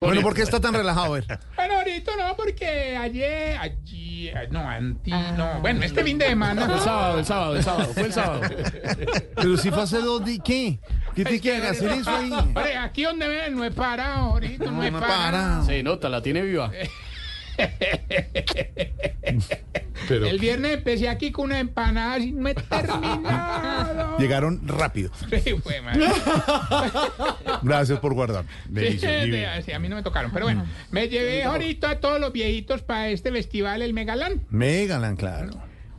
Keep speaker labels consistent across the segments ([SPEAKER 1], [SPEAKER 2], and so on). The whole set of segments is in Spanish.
[SPEAKER 1] Bueno, ¿por qué está tan relajado? A ver.
[SPEAKER 2] Bueno, ahorita no, porque ayer, ayer, no, anti, no. Bueno, este fin de
[SPEAKER 3] El
[SPEAKER 2] semana.
[SPEAKER 3] sábado, el sábado, el sábado. Fue el sábado.
[SPEAKER 1] Pero si fue hace dos días, ¿qué? ¿Qué te quiere hacer eso ahí?
[SPEAKER 2] Hombre, aquí donde ven, no he parado, ahorita no,
[SPEAKER 1] No,
[SPEAKER 2] he
[SPEAKER 1] no
[SPEAKER 2] parado.
[SPEAKER 1] para.
[SPEAKER 3] Se nota, la tiene viva.
[SPEAKER 4] Pero,
[SPEAKER 2] El viernes empecé aquí con una empanada sin me he terminado.
[SPEAKER 1] Llegaron rápido.
[SPEAKER 2] Sí, fue madre.
[SPEAKER 1] Gracias por guardar.
[SPEAKER 2] Sí, sí, a mí no me tocaron, pero bueno. Me llevé ahorita a todos los viejitos para este festival, el Megalán.
[SPEAKER 1] Megalan, claro.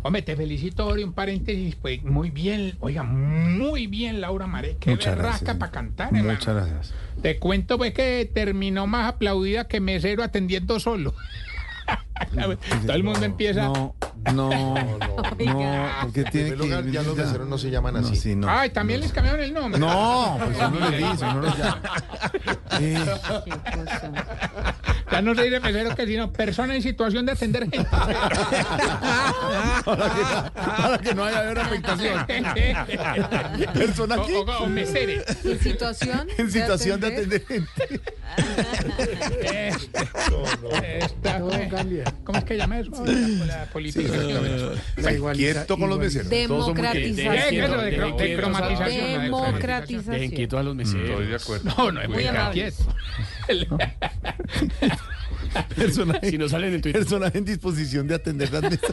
[SPEAKER 2] Hombre, te felicito, Ori, un paréntesis, pues muy bien, oiga, muy bien Laura Maré, qué
[SPEAKER 1] Muchas gracias.
[SPEAKER 2] berraca para cantar, hermano.
[SPEAKER 1] Muchas gracias.
[SPEAKER 2] Te cuento pues que terminó más aplaudida que mesero atendiendo solo. Todo el mundo empieza.
[SPEAKER 1] No, no, no, porque tiene
[SPEAKER 4] primer
[SPEAKER 1] que.
[SPEAKER 4] lugar, ya los meseros no se llaman
[SPEAKER 1] No,
[SPEAKER 4] así.
[SPEAKER 1] sí, no.
[SPEAKER 2] Ay, también les cambiaron el nombre.
[SPEAKER 1] No, pues uno le dice, uno lo llama. Eh,
[SPEAKER 2] Ya no se dice mesero que sino persona en situación de atender gente.
[SPEAKER 1] para, que, para que no haya una afectación. Persona
[SPEAKER 2] o,
[SPEAKER 1] aquí
[SPEAKER 2] o- o mesere.
[SPEAKER 5] En situación.
[SPEAKER 1] en situación de atender gente.
[SPEAKER 2] Eh, esta, este, ¿Cómo es que llama eso? La, la politización.
[SPEAKER 1] Quieto con los meseros. todos son muy quietos.
[SPEAKER 2] Eh, eso de
[SPEAKER 3] Dejen
[SPEAKER 2] cro- de
[SPEAKER 3] quietos a-
[SPEAKER 2] cromatización, la descromatización.
[SPEAKER 3] Dejen
[SPEAKER 5] Democratización.
[SPEAKER 3] quietos a los
[SPEAKER 4] Estoy de
[SPEAKER 3] meseros.
[SPEAKER 4] acuerdo.
[SPEAKER 2] No, no es muy
[SPEAKER 5] Muy amables.
[SPEAKER 2] caquies.
[SPEAKER 1] Personaje-
[SPEAKER 3] Si no salen en Twitter.
[SPEAKER 1] personaje en disposición de atender las mesas.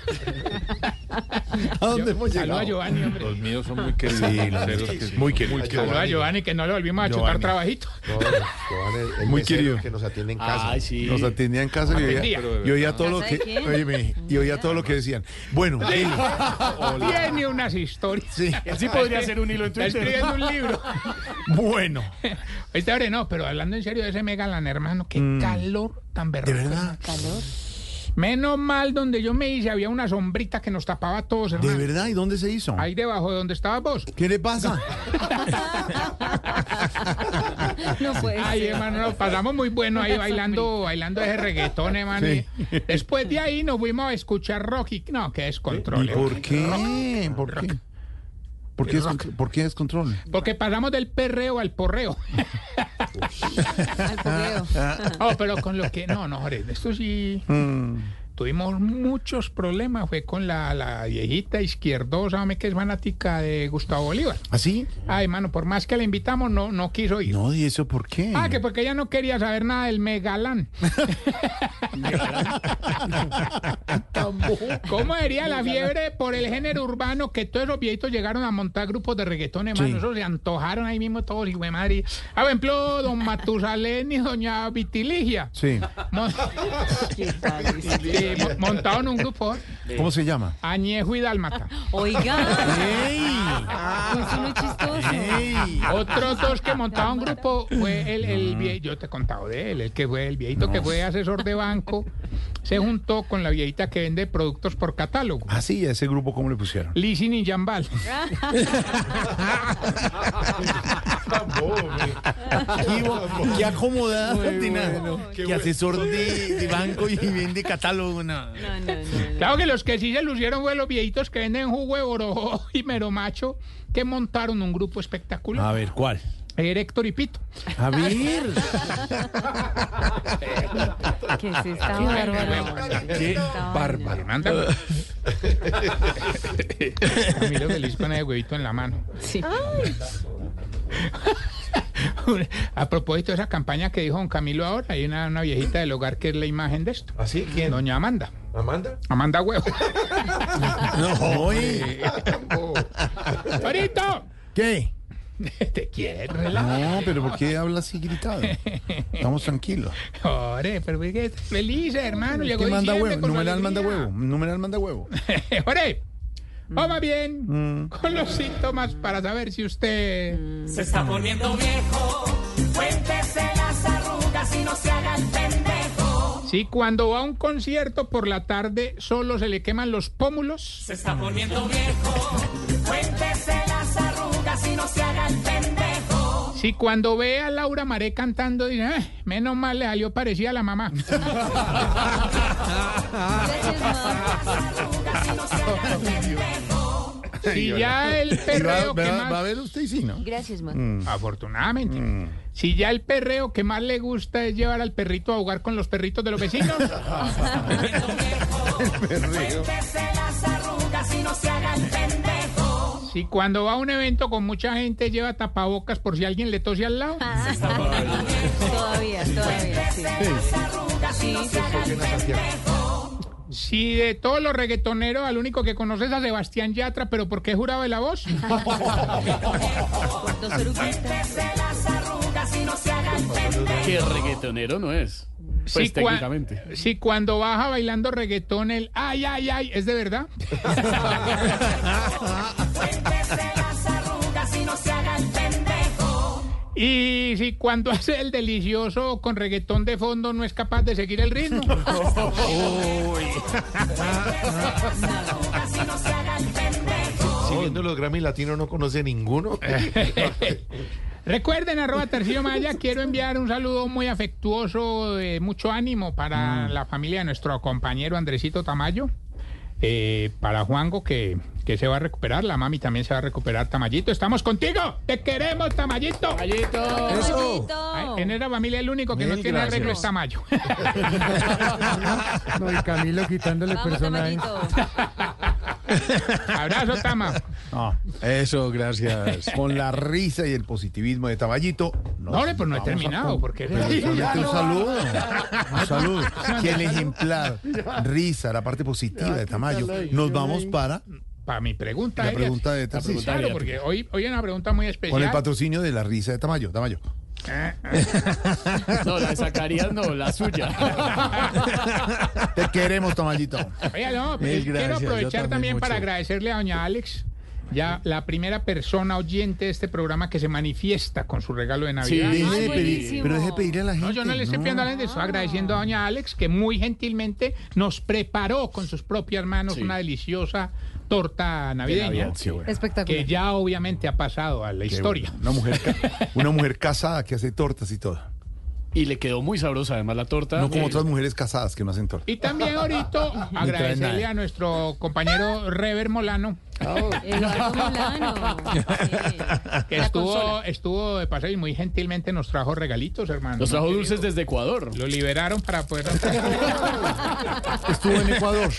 [SPEAKER 1] ¿A dónde hemos
[SPEAKER 2] Saluda
[SPEAKER 1] llegado?
[SPEAKER 2] a Giovanni, hombre.
[SPEAKER 4] Los míos son muy queridos.
[SPEAKER 1] Sí, los
[SPEAKER 4] meseros
[SPEAKER 1] míos
[SPEAKER 4] que
[SPEAKER 1] sí.
[SPEAKER 4] muy queridos.
[SPEAKER 2] Saluda a Giovanni, que no le volvimos a chutar
[SPEAKER 1] Giovanni.
[SPEAKER 2] trabajito.
[SPEAKER 4] No, Giovanni, el
[SPEAKER 1] Muy
[SPEAKER 4] mesero
[SPEAKER 1] querido.
[SPEAKER 4] Que nos atiende en casa.
[SPEAKER 3] Ay, sí.
[SPEAKER 1] Nos atendía en casa y oía,
[SPEAKER 2] Atendía.
[SPEAKER 1] y oía todo lo
[SPEAKER 5] ¿Casa de
[SPEAKER 1] que
[SPEAKER 5] quién?
[SPEAKER 1] óyeme, y oía todo lo que decían. Bueno, Eli,
[SPEAKER 2] Tiene unas historias.
[SPEAKER 1] sí,
[SPEAKER 3] Él sí podría hacer un hilo en
[SPEAKER 2] Está
[SPEAKER 3] Twitter.
[SPEAKER 2] escribiendo un libro.
[SPEAKER 1] bueno,
[SPEAKER 2] Este abre, no, pero hablando en serio de ese Megalan, hermano, qué calor tan
[SPEAKER 1] Mm. de
[SPEAKER 2] berraco.
[SPEAKER 1] verdad,
[SPEAKER 5] Calor.
[SPEAKER 2] Menos mal donde yo me hice había una sombrita que nos tapaba a todos,
[SPEAKER 1] de
[SPEAKER 2] hermano.
[SPEAKER 1] verdad, ¿y dónde se hizo?
[SPEAKER 2] Ahí debajo de donde estabas vos.
[SPEAKER 1] ¿Qué le pasa?
[SPEAKER 5] No puede
[SPEAKER 2] Ay,
[SPEAKER 5] ser.
[SPEAKER 2] hermano, nos pasamos muy bueno ahí bailando, bailando ese reggaetón, hermano.
[SPEAKER 1] Sí.
[SPEAKER 2] y Después de ahí nos fuimos a escuchar rock y no, qué descontrol.
[SPEAKER 1] ¿Y por
[SPEAKER 2] hermano.
[SPEAKER 1] qué? ¿Por qué? ¿Por qué es, contro- por qué es control?
[SPEAKER 2] Porque pasamos del perreo al porreo.
[SPEAKER 5] Al correo.
[SPEAKER 1] Ah,
[SPEAKER 2] Oh, pero con lo que. No, no, Jorge, esto sí.
[SPEAKER 1] Mm,
[SPEAKER 2] Tuvimos muchos problemas. Fue con la, la viejita izquierdosa, hombre, que es fanática de Gustavo Bolívar.
[SPEAKER 1] ¿Así?
[SPEAKER 2] Ay, mano, por más que la invitamos, no, no quiso ir.
[SPEAKER 1] No, ¿y eso por qué?
[SPEAKER 2] Ah, que porque ella no quería saber nada del megalán. ¿Cómo diría la fiebre por el género urbano que todos los viejitos llegaron a montar grupos de reggaetón, hermano?
[SPEAKER 1] Sí.
[SPEAKER 2] Eso se antojaron ahí mismo todos, hijo de madre. Ah, Por ejemplo, don Matusalén y doña Vitiligia.
[SPEAKER 1] Sí.
[SPEAKER 2] Mon-
[SPEAKER 5] Qué padre.
[SPEAKER 2] sí, mo- montaron un grupo,
[SPEAKER 1] ¿Cómo se llama?
[SPEAKER 2] Añejo y Dálmata.
[SPEAKER 5] Oiga.
[SPEAKER 1] ¡Ey!
[SPEAKER 5] Pues uno es chistoso.
[SPEAKER 1] ¡Ey!
[SPEAKER 2] Otros dos que montaban un grupo fue el, el vie- yo te he contado de él, el que fue el viejito que fue asesor de banco, se juntó con la viejita que vende productos por catálogo,
[SPEAKER 1] Ah, sí, ¿y a ese grupo cómo le pusieron?
[SPEAKER 2] Lisin y Jambal.
[SPEAKER 1] Qué acomodada, Que asesor de, de banco y vende catálogo. no.
[SPEAKER 5] No, no, no.
[SPEAKER 2] Claro que los que sí se lucieron fue los viejitos que venden jugo de oro y meromacho, que montaron un grupo espectacular.
[SPEAKER 1] A ver, ¿cuál?
[SPEAKER 2] Era Héctor y Pito.
[SPEAKER 1] A ver.
[SPEAKER 5] no. ¿Qué es esta
[SPEAKER 2] Qué
[SPEAKER 5] bárbara?
[SPEAKER 1] Qué
[SPEAKER 5] Esta
[SPEAKER 1] bárbaro.
[SPEAKER 2] Manda. Camilo feliz con ese huevito en la mano.
[SPEAKER 5] Sí.
[SPEAKER 2] A propósito de esa campaña que dijo don Camilo ahora, hay una, una viejita del hogar que es la imagen de esto.
[SPEAKER 4] ¿Así? ¿Ah, ¿Quién?
[SPEAKER 2] Doña Amanda.
[SPEAKER 4] ¿Amanda?
[SPEAKER 2] Amanda Huevo.
[SPEAKER 1] No, oye.
[SPEAKER 2] Oh. ¡Torito!
[SPEAKER 1] ¿Qué?
[SPEAKER 2] Te quiere
[SPEAKER 1] No, pero ¿por qué habla así gritado? Estamos tranquilos.
[SPEAKER 2] Ore, pero es que feliz, hermano. Llegó
[SPEAKER 1] ¿Qué manda
[SPEAKER 2] diciembre
[SPEAKER 1] huevo?
[SPEAKER 2] con su
[SPEAKER 1] Numeral manda
[SPEAKER 2] alegría.
[SPEAKER 1] huevo. Numeral manda huevo. Mm.
[SPEAKER 2] Ore, vamos bien con los síntomas para saber si usted...
[SPEAKER 6] Se está poniendo viejo, cuéntese las arrugas y no se haga el pendejo.
[SPEAKER 2] Si cuando va a un concierto por la tarde solo se le queman los pómulos.
[SPEAKER 6] Se está poniendo viejo, cuéntese las arrugas y no se haga el pendejo.
[SPEAKER 2] Si cuando ve a Laura Maré cantando dice, "Ah, menos mal le salió parecida a la mamá.
[SPEAKER 5] Gracias, mamá.
[SPEAKER 2] Ah.
[SPEAKER 6] Arrugas y no se haga el pendejo.
[SPEAKER 2] Si ya el
[SPEAKER 1] Y va,
[SPEAKER 2] perreo que
[SPEAKER 1] va- va a
[SPEAKER 2] más...
[SPEAKER 1] ver usted y sí, ¿no?
[SPEAKER 5] Gracias, man.
[SPEAKER 2] Afortunadamente.
[SPEAKER 1] Mm.
[SPEAKER 2] Si ya el perreo que más le gusta es llevar al perrito a jugar con los perritos de los vecinos,
[SPEAKER 6] Cuéntese las arrugas y no se haga el pendejo.
[SPEAKER 2] si cuando va a un evento con mucha gente lleva tapabocas por si alguien le tose al
[SPEAKER 5] Ah.
[SPEAKER 2] lado,
[SPEAKER 5] Todavía, todavía, sí.
[SPEAKER 6] Las arrugas y no se haga el pendejo.
[SPEAKER 2] si de todos los reggaetoneros al único que conoces a Sebastián Yatra, pero ¿por qué juraba de la voz?
[SPEAKER 5] Puerto Soruquita.
[SPEAKER 6] Cuéntese las arrugas y no se haga el pendejo.
[SPEAKER 3] Que reggaetonero no es. Pues
[SPEAKER 2] Si cua-
[SPEAKER 3] técnicamente.
[SPEAKER 2] si cuando baja bailando reggaetón el ay, ay, ay, ¿es de verdad?
[SPEAKER 6] Cuéntese las arrugas y no se haga el pendejo.
[SPEAKER 2] Y si cuando hace el delicioso con reggaetón de fondo no es capaz de seguir el ritmo.
[SPEAKER 6] Arrugas y no se haga el pendejo.
[SPEAKER 4] Siguiendo los Grammy Latinos no conoce ninguno.
[SPEAKER 2] Recuerden, arroba Tercio Maya, quiero enviar un saludo muy afectuoso, de mucho ánimo
[SPEAKER 1] Mm.
[SPEAKER 2] para la familia de nuestro compañero Andresito Tamayo, eh, para Juango que, que se va a recuperar, la mami también se va a recuperar, Tamayito, estamos contigo, te queremos, Tamayito.
[SPEAKER 1] Eso.
[SPEAKER 2] Ay,
[SPEAKER 5] Tamayo.
[SPEAKER 2] En esta familia el único que
[SPEAKER 1] Mil
[SPEAKER 2] no tiene
[SPEAKER 1] gracias.
[SPEAKER 2] arreglo es Tamayo.
[SPEAKER 7] No, y Camilo quitándole
[SPEAKER 5] Vamos,
[SPEAKER 7] personaje.
[SPEAKER 5] Tamayito.
[SPEAKER 2] Abrazo, Tama.
[SPEAKER 1] Ah, eso, gracias. Con la risa y el positivismo de Taballito.
[SPEAKER 2] No, hombre, pues no he
[SPEAKER 1] vamos a
[SPEAKER 2] terminado,
[SPEAKER 1] con-
[SPEAKER 2] porque...
[SPEAKER 1] Pero solamente un saludo. Un saludo. Que el ejemplar, risa, la parte positiva de Tamayo. Nos vamos para
[SPEAKER 2] Para mi pregunta.
[SPEAKER 1] la
[SPEAKER 2] ella-
[SPEAKER 1] pregunta de
[SPEAKER 2] Sí,
[SPEAKER 1] Tarcisio.
[SPEAKER 2] claro, porque hoy, hoy es una pregunta muy especial.
[SPEAKER 1] Con el patrocinio de la risa de Tamayo. Tamayo.
[SPEAKER 3] No, la de Zacarías no, la suya.
[SPEAKER 1] Te queremos, Tamayito.
[SPEAKER 2] Oiga, no, pues,
[SPEAKER 1] Mil
[SPEAKER 2] quiero
[SPEAKER 1] gracias, yo
[SPEAKER 2] aprovechar
[SPEAKER 1] también
[SPEAKER 2] también, para
[SPEAKER 1] mucho.
[SPEAKER 2] agradecerle a doña Alex, ya la primera persona oyente de este programa que se manifiesta con su regalo de Navidad.
[SPEAKER 3] Sí.
[SPEAKER 5] Ay, buenísimo.
[SPEAKER 1] pero deje de pedirle a la gente.
[SPEAKER 2] No, yo no le estoy pidiendo a nadie, estoy agradeciendo a doña Alex que muy gentilmente nos preparó con sus propias manos
[SPEAKER 3] Sí.
[SPEAKER 2] una deliciosa torta navideña.
[SPEAKER 3] Navidad, sí,
[SPEAKER 2] que-
[SPEAKER 3] bueno.
[SPEAKER 2] Que
[SPEAKER 5] Espectacular.
[SPEAKER 2] ya obviamente ha pasado a la
[SPEAKER 1] Qué
[SPEAKER 2] historia.
[SPEAKER 1] bueno. Una mujer, ca- una mujer casada que hace tortas y todo.
[SPEAKER 3] Y le quedó muy sabrosa además la torta.
[SPEAKER 1] No como
[SPEAKER 3] Eh,
[SPEAKER 1] otras mujeres casadas que no hacen tortas.
[SPEAKER 2] Y también ahorita agradecerle
[SPEAKER 1] nada.
[SPEAKER 2] a nuestro compañero Rever Molano,
[SPEAKER 5] Eduardo Molano. Sí.
[SPEAKER 2] que
[SPEAKER 5] La
[SPEAKER 2] estuvo,
[SPEAKER 5] consola.
[SPEAKER 2] estuvo de paseo y muy gentilmente nos trajo regalitos, hermano.
[SPEAKER 3] Nos trajo
[SPEAKER 2] Muy
[SPEAKER 3] dulces desde Ecuador.
[SPEAKER 2] Lo liberaron para poder.
[SPEAKER 1] Estuvo en Ecuador.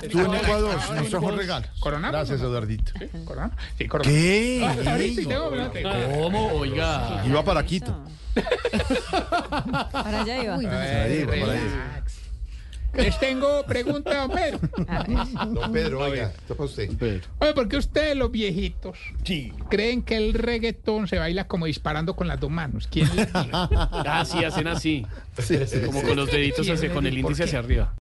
[SPEAKER 1] Estuvo en Ecuador. Nos trajo regalos.
[SPEAKER 2] Coronado.
[SPEAKER 1] Gracias, Eduardito.
[SPEAKER 2] Corona. Sí, corona.
[SPEAKER 1] ¿Qué?
[SPEAKER 2] Ah, ahorita y tengo, espérate.
[SPEAKER 3] ¿Cómo? Oiga.
[SPEAKER 1] Iba para Quito.
[SPEAKER 5] Para allá iba.
[SPEAKER 2] Ay,
[SPEAKER 1] Por Ah, ahí, por ahí.
[SPEAKER 2] relax. Les tengo pregunta, don Pedro.
[SPEAKER 5] Ah,
[SPEAKER 4] Don Pedro, oiga, toca usted.
[SPEAKER 2] Oye, ¿por qué ustedes, los viejitos, creen que el reggaetón se baila como disparando con las dos manos? ¿Quién les dijo?
[SPEAKER 3] Ah, sí, hacen así. Como con los deditos hacia, con el índice hacia arriba.